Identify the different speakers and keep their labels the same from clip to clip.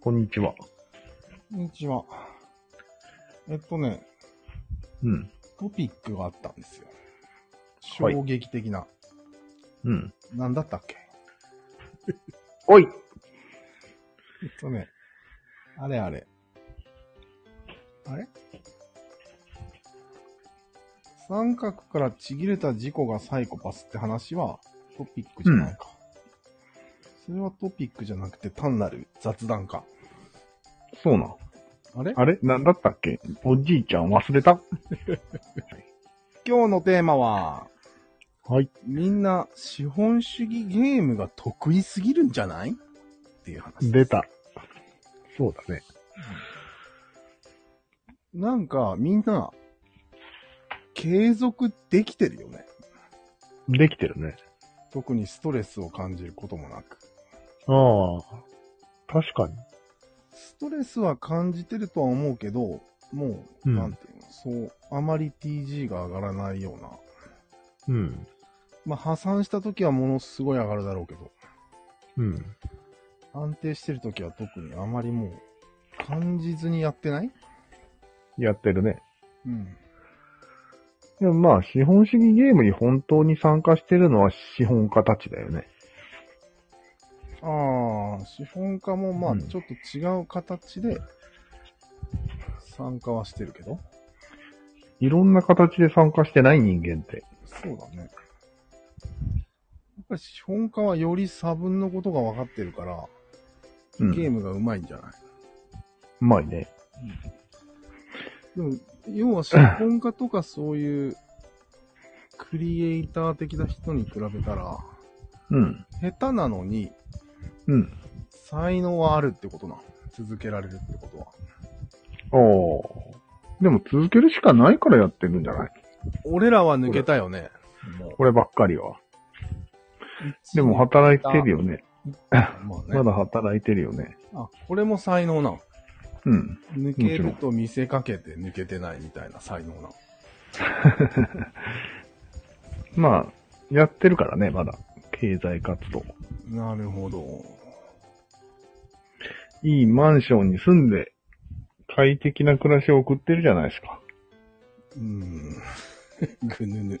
Speaker 1: こんにちは。
Speaker 2: こんにちは。えっとね、
Speaker 1: うん。
Speaker 2: トピックがあったんですよ。
Speaker 1: はい
Speaker 2: 衝撃的な。
Speaker 1: うん。
Speaker 2: なんだったっけ
Speaker 1: おい
Speaker 2: えっとね、あれあれ。あれ三角からちぎれた事故がサイコパスって話はトピックじゃないか。それはトピックじゃなくて単なる雑談か。
Speaker 1: そうなん。
Speaker 2: あれ
Speaker 1: あれなんだったっけおじいちゃん忘れた
Speaker 2: 今日のテーマは、
Speaker 1: はい。
Speaker 2: みんな資本主義ゲームが得意すぎるんじゃないっていう話。
Speaker 1: 出た。そうだね。
Speaker 2: なんかみんな、継続できてるよね。
Speaker 1: できてるね。
Speaker 2: 特にストレスを感じることもなく。
Speaker 1: ああ。確かに。
Speaker 2: ストレスは感じてるとは思うけど、も
Speaker 1: う
Speaker 2: う、
Speaker 1: ん
Speaker 2: なんていうの、そう、あまり TG が上がらないような。
Speaker 1: うん。
Speaker 2: まあ破産した時はものすごい上がるだろうけど、
Speaker 1: うん。
Speaker 2: 安定してる時は特にあまりもう、感じずにやってない
Speaker 1: やってるね。
Speaker 2: うん。
Speaker 1: でもまあ、資本主義ゲームに本当に参加してるのは資本家たちだよね。
Speaker 2: ああ、資本家もま
Speaker 1: う
Speaker 2: あ
Speaker 1: ん
Speaker 2: ちょっと違う形で参加はしてるけど。
Speaker 1: いろんな形で参加してない人間って。
Speaker 2: そうだね。やっぱり資本家はより差分のことが分かってるから、
Speaker 1: うん
Speaker 2: ゲームが上手いんじゃないう
Speaker 1: まいね。
Speaker 2: でも、要は資本家とかそういうクリエイター的な人に比べたら、
Speaker 1: うん。
Speaker 2: 下手なのに
Speaker 1: うん。
Speaker 2: 才能はあるってことなの。続けられるってことは。
Speaker 1: おー。でも続けるしかないからやってるんじゃない
Speaker 2: 俺らは抜けたよね。もう
Speaker 1: こればっかりは。でも働いてるよね。
Speaker 2: まあね
Speaker 1: まだ働いてるよね。
Speaker 2: あ、これも才能なの。
Speaker 1: うん。
Speaker 2: 抜けると見せかけて抜けてないみたいな才能なの。
Speaker 1: まあ、やってるからね、まだ。経済活動。
Speaker 2: なるほど。
Speaker 1: いいマンションに住んで、快適な暮らしを送ってるじゃないですか。
Speaker 2: うーん。 ぐぬぬ。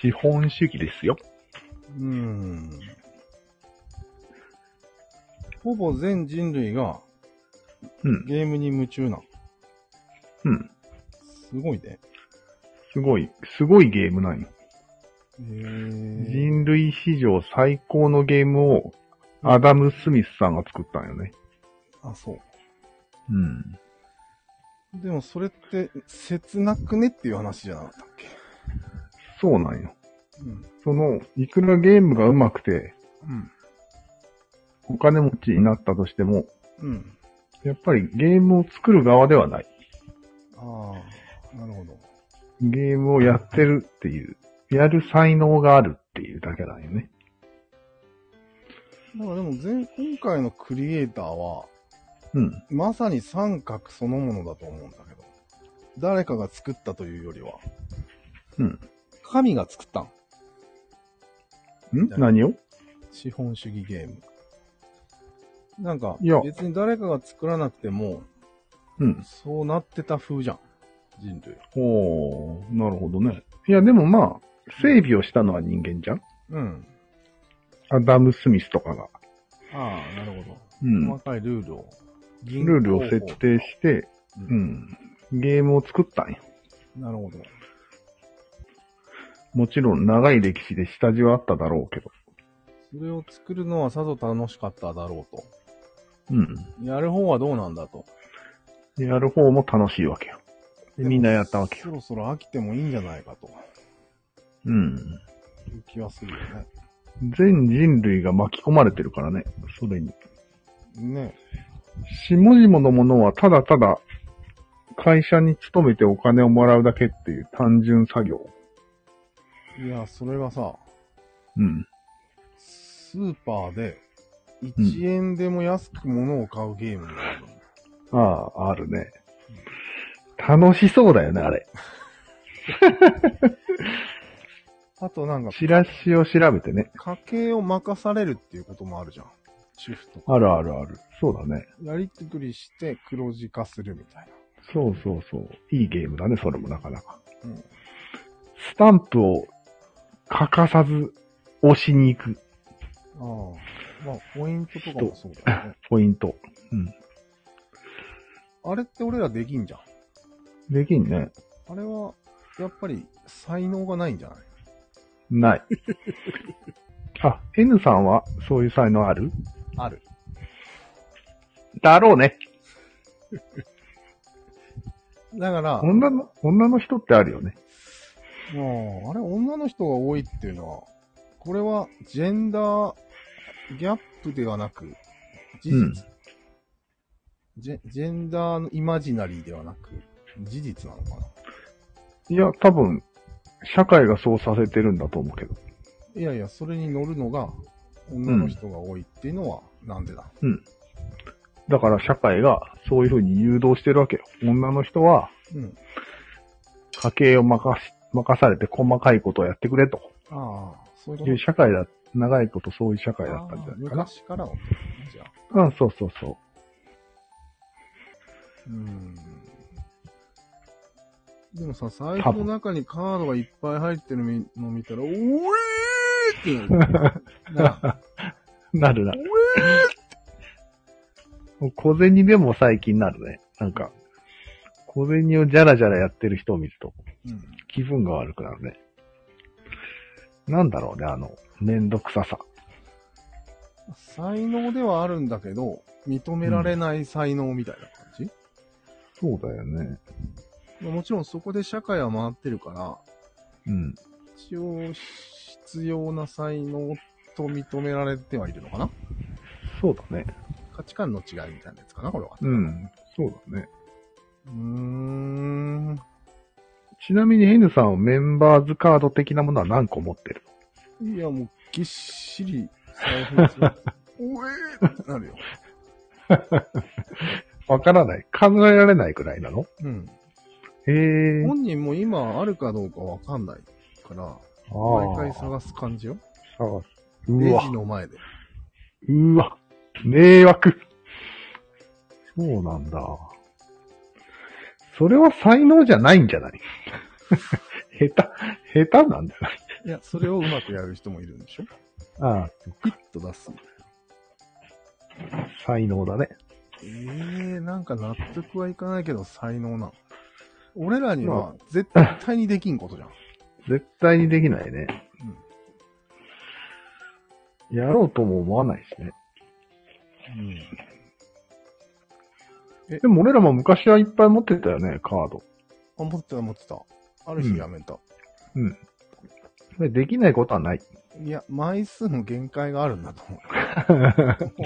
Speaker 1: 資本主義ですよ。
Speaker 2: うーん。ほぼ全人類が
Speaker 1: うん。
Speaker 2: ゲームに夢中なの。
Speaker 1: うん。
Speaker 2: すごいね。
Speaker 1: すごい、すごいゲームなんよ。
Speaker 2: へー
Speaker 1: 人類史上最高のゲームを、アダム・スミスさんが作ったんよね。
Speaker 2: あ、そう。
Speaker 1: うん。
Speaker 2: でもそれって切なくねっていう話じゃなかったっけ
Speaker 1: そうなんよ。
Speaker 2: うん。
Speaker 1: その、いくらゲームが上手くて、
Speaker 2: うん。
Speaker 1: お金持ちになったとしても、
Speaker 2: うん。
Speaker 1: やっぱりゲームを作る側ではない。
Speaker 2: ああ、なるほど。
Speaker 1: ゲームをやってるっていう、やる才能があるっていうだけなんよね。
Speaker 2: だからでも前、今回のクリエイターは、
Speaker 1: うん。
Speaker 2: まさに三角そのものだと思うんだけど。誰かが作ったというよりは、
Speaker 1: うん。
Speaker 2: 神が作ったん。
Speaker 1: ん何を
Speaker 2: 資本主義ゲーム。なんか
Speaker 1: いや、
Speaker 2: 別に誰かが作らなくても、
Speaker 1: うん。
Speaker 2: そうなってた風じゃん。人類。
Speaker 1: おー、なるほどね。いや、でもまあ、整備をしたのは人間じゃん
Speaker 2: うん。
Speaker 1: アダム・スミスとかが。
Speaker 2: ああ、なるほど。
Speaker 1: うん。
Speaker 2: 細かいルールを。銀行
Speaker 1: ルールを設定して、
Speaker 2: 法とか。
Speaker 1: う
Speaker 2: うん
Speaker 1: ん。ゲームを作ったんよ。
Speaker 2: なるほど。
Speaker 1: もちろん長い歴史で下地はあっただろうけど。
Speaker 2: それを作るのはさぞ楽しかっただろうと。
Speaker 1: うん。
Speaker 2: やる方はどうなんだと。
Speaker 1: やる方も楽しいわけよ。でみんなやったわけ
Speaker 2: そ
Speaker 1: よ。
Speaker 2: ろそろ飽きてもいいんじゃないかと
Speaker 1: うん。
Speaker 2: いう気はするよね。
Speaker 1: 全人類が巻き込まれてるからね。それに。
Speaker 2: ね
Speaker 1: 下々のものはただただ会社に勤めてお金をもらうだけっていう単純作業。
Speaker 2: いや、それがさ、
Speaker 1: うん。
Speaker 2: スーパーで1円でも安く物を買うゲームになるの。
Speaker 1: ああ、あるね。楽しそうだよね、あれ。
Speaker 2: あとなんか、
Speaker 1: チラシを調べてね。
Speaker 2: 家計を任されるっていうこともあるじゃん。主婦とか。
Speaker 1: あるあるある。そうだね。
Speaker 2: やりくりして黒字化するみたい
Speaker 1: そうそうそう。いいゲームだね、それもなかなか。
Speaker 2: うん
Speaker 1: スタンプを欠かさず押しに行く
Speaker 2: な。ああ。まあ、ポイントとかもそうだよね。
Speaker 1: ポイント。
Speaker 2: あれって俺らできんじゃん。
Speaker 1: できんね。
Speaker 2: あれは、やっぱり才能がないんじゃな
Speaker 1: な
Speaker 2: い
Speaker 1: い。 あ、N さんはそういう才能ある
Speaker 2: ある。
Speaker 1: だろうね。
Speaker 2: だから、
Speaker 1: 女の、女の人ってあるよね。
Speaker 2: もう、あれ、女の人が多いっていうのは、これは、ジェンダーギャップではなく、事実。
Speaker 1: うん
Speaker 2: ジェジェンダーのイマジナリーではなく、事実なのかない
Speaker 1: や、多分、社会がそうさせてるんだと思うけど。
Speaker 2: いやいや、それに乗るのが、女の人が多いっていうのは、なんでだ、
Speaker 1: だから社会がそういう風に誘導してるわけよ。女の人は
Speaker 2: うん。
Speaker 1: 家計を任し、任されて細かいことをやってくれと
Speaker 2: ああ、そういうこ
Speaker 1: いう
Speaker 2: と
Speaker 1: 社会だ、長いことそういう社会だ
Speaker 2: あ
Speaker 1: ったんじゃ
Speaker 2: あ
Speaker 1: ないかな。
Speaker 2: 昔からのことね、じゃあ。
Speaker 1: うん、そうそうそう。
Speaker 2: うん。でもさ、財布の中にカードがいっぱい入ってるの見たら、おえーってなる。 なあ
Speaker 1: なるな。もう小銭でも最近なるね。なんか、小銭をじゃらじゃらやってる人を見ると
Speaker 2: うん。
Speaker 1: 気分が悪くなるね。なんだろうね、あの、めんどくささ。
Speaker 2: 才能ではあるんだけど、認められない才能みたいな感じ、
Speaker 1: そうだよね。
Speaker 2: まあもちろんそこで社会は回ってるから、
Speaker 1: うん。
Speaker 2: 一応必要な才能と認められてはいるのかな
Speaker 1: そうだね。
Speaker 2: 価値観の違いみたいなやつかなこれは。
Speaker 1: うん。そうだね。
Speaker 2: うーん。
Speaker 1: ちなみに N さんはメンバーズカード的なものは何個持ってる
Speaker 2: いや、もう、ぎっしり、財布に詰まっておえーってなるよ。
Speaker 1: わからない。数えられないくらいなの
Speaker 2: うん。
Speaker 1: へえ。
Speaker 2: 本人も今あるかどうかわかんないから、
Speaker 1: あ
Speaker 2: 毎回
Speaker 1: ー
Speaker 2: 探す感じよ。
Speaker 1: 探す。
Speaker 2: レ
Speaker 1: うわ
Speaker 2: ジ。の前で。
Speaker 1: うわ、迷惑。そうなんだ。それは才能じゃないんじゃない 下手、下手なんじゃない
Speaker 2: いや、それをうまくやる人もいるんでしょ
Speaker 1: ああ、
Speaker 2: ピッと出す。
Speaker 1: 才能だね。
Speaker 2: ええー、なんか納得はいかないけど才能なの。俺らには絶対にできんことじゃん。
Speaker 1: 絶対にできないね。やろうとも思わないしね。
Speaker 2: うん。
Speaker 1: でも俺らも昔はいっぱい持ってたよね、カード。
Speaker 2: あ、持ってた持ってた。ある日やめた。
Speaker 1: でできないことはない。
Speaker 2: いや、枚数の限界があるんだと思う。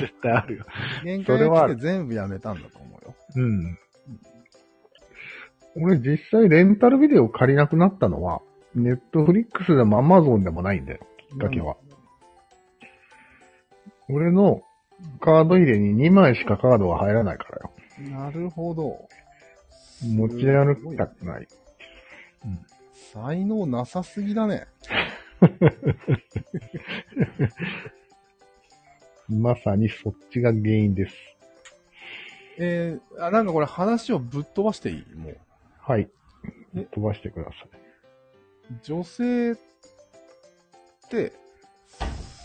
Speaker 1: 絶対あるよ。
Speaker 2: 限
Speaker 1: それ
Speaker 2: 界
Speaker 1: は
Speaker 2: が
Speaker 1: あ
Speaker 2: 来
Speaker 1: る
Speaker 2: て全部やめたんだと思うよ。
Speaker 1: うん。俺実際レンタルビデオ借りなくなったのは、ネットフリックスでもアマゾンでもないんだよ。きっかけは。俺のカード入れに2枚しかカードが入らないからよ。
Speaker 2: なるほど。
Speaker 1: 持ち歩きたくない。
Speaker 2: 才能なさすぎだね。
Speaker 1: まさにそっちが原因です。
Speaker 2: えー、あ、なんかこれ話をぶっ飛ばしていいもう。
Speaker 1: はい。
Speaker 2: え
Speaker 1: 飛ばしてくださ
Speaker 2: 女性って、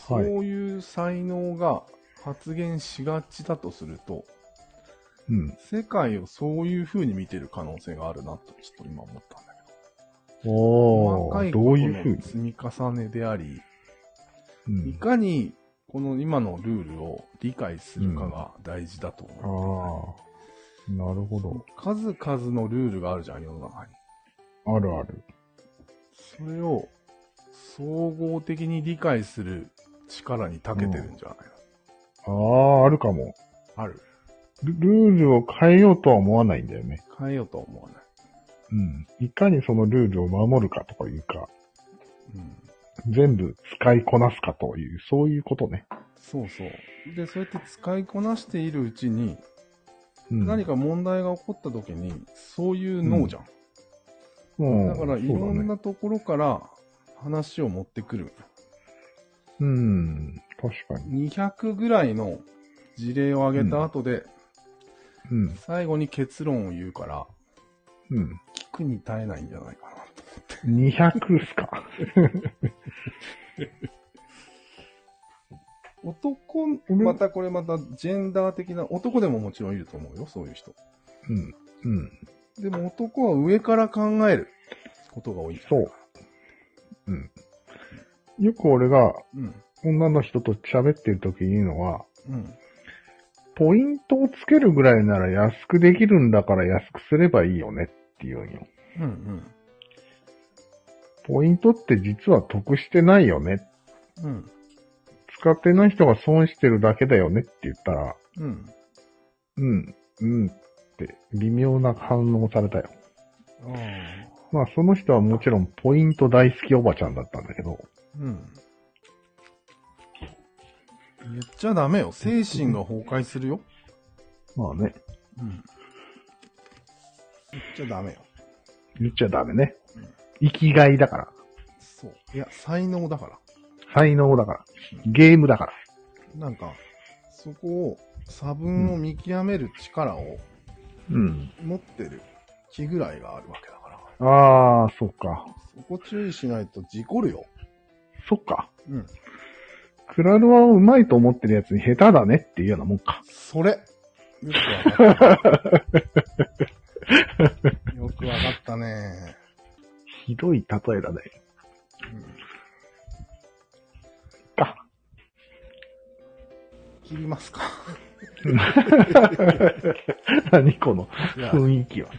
Speaker 2: そ
Speaker 1: は
Speaker 2: う
Speaker 1: い
Speaker 2: いう才能が発現しがちだとすると、
Speaker 1: い。うん。
Speaker 2: 世界をそういう風に見てる可能性があるなと、ちょっと今思ったんだけど。
Speaker 1: お
Speaker 2: 細か
Speaker 1: ー、
Speaker 2: いこ
Speaker 1: ど
Speaker 2: と
Speaker 1: ういうふう
Speaker 2: の
Speaker 1: に、
Speaker 2: 積み重ねであり、
Speaker 1: う
Speaker 2: い
Speaker 1: ん、
Speaker 2: かにこの今のルールを理解するかが大事だと思う。
Speaker 1: ああー、なるほど。
Speaker 2: 数々のルールがあるじゃん、世の中に。
Speaker 1: あるある。
Speaker 2: それを総合的に理解する力に長けてるんじゃないの、
Speaker 1: ああ、あるかも。
Speaker 2: ある
Speaker 1: ルルールを変えようとは思わないんだよね。
Speaker 2: 変えようとは思わない。
Speaker 1: うん。いかにそのルールを守るかとかいうか、
Speaker 2: うん。
Speaker 1: 全部使いこなすかという、そういうことね。
Speaker 2: そうそう。で、そうやって使いこなしているうちに、
Speaker 1: うん、
Speaker 2: 何か問題が起こった時に、そういう脳じゃん。
Speaker 1: うん
Speaker 2: だから、い
Speaker 1: そうだ
Speaker 2: ろ
Speaker 1: ね
Speaker 2: んなところから話を持ってくる。
Speaker 1: うん。確かに。
Speaker 2: 200ぐらいの事例を挙げた後で、
Speaker 1: うん。
Speaker 2: 最後に結論を言うから、
Speaker 1: うん。
Speaker 2: 聞くに耐えないんじゃないかなと。
Speaker 1: 200っすか。
Speaker 2: 男、
Speaker 1: 俺
Speaker 2: またこれまたジェンダー的な、男でももちろんいると思うよ、そういう人。
Speaker 1: うん。うん。
Speaker 2: でも男は上から考えることが多いんじゃないか
Speaker 1: そう。うん。よく俺が
Speaker 2: な。うん。
Speaker 1: 女の人と喋ってる時に言うのは、
Speaker 2: うん。
Speaker 1: ポイントをつけるぐらいなら安くできるんだから安くすればいいよねっていうんよ。
Speaker 2: うんうん。
Speaker 1: ポイントって実は得してないよね。
Speaker 2: うん。
Speaker 1: 使ってない人が損してるだけだよねって言ったら、
Speaker 2: うん。
Speaker 1: うん、うんって微妙な反応されたよ。
Speaker 2: ああ。
Speaker 1: まあその人はもちろんポイント大好きおばちゃんだったんだけど、
Speaker 2: うん。言っちゃダメよ。精神が崩壊するよ。
Speaker 1: まあね、
Speaker 2: うん。言っちゃダメよ。
Speaker 1: 言っちゃダメね。生きがいだから。
Speaker 2: そう。いや、才能だから。
Speaker 1: 才能だから。ゲームだから。
Speaker 2: なんか、そこを、差分を見極める力を
Speaker 1: うん。
Speaker 2: 持ってる気ぐらいがあるわけだから。
Speaker 1: ああ、そっか。
Speaker 2: そこ注意しないと事故るよ。
Speaker 1: そっか。
Speaker 2: うん。
Speaker 1: クラルワをうまいと思ってるやつに下手だねっていうようなもんか。
Speaker 2: それ。よくわか った。よくわかったね。
Speaker 1: ひどい例えだね。
Speaker 2: うん
Speaker 1: か。
Speaker 2: 切りますか。
Speaker 1: 何この
Speaker 2: いや、
Speaker 1: 雰囲気は。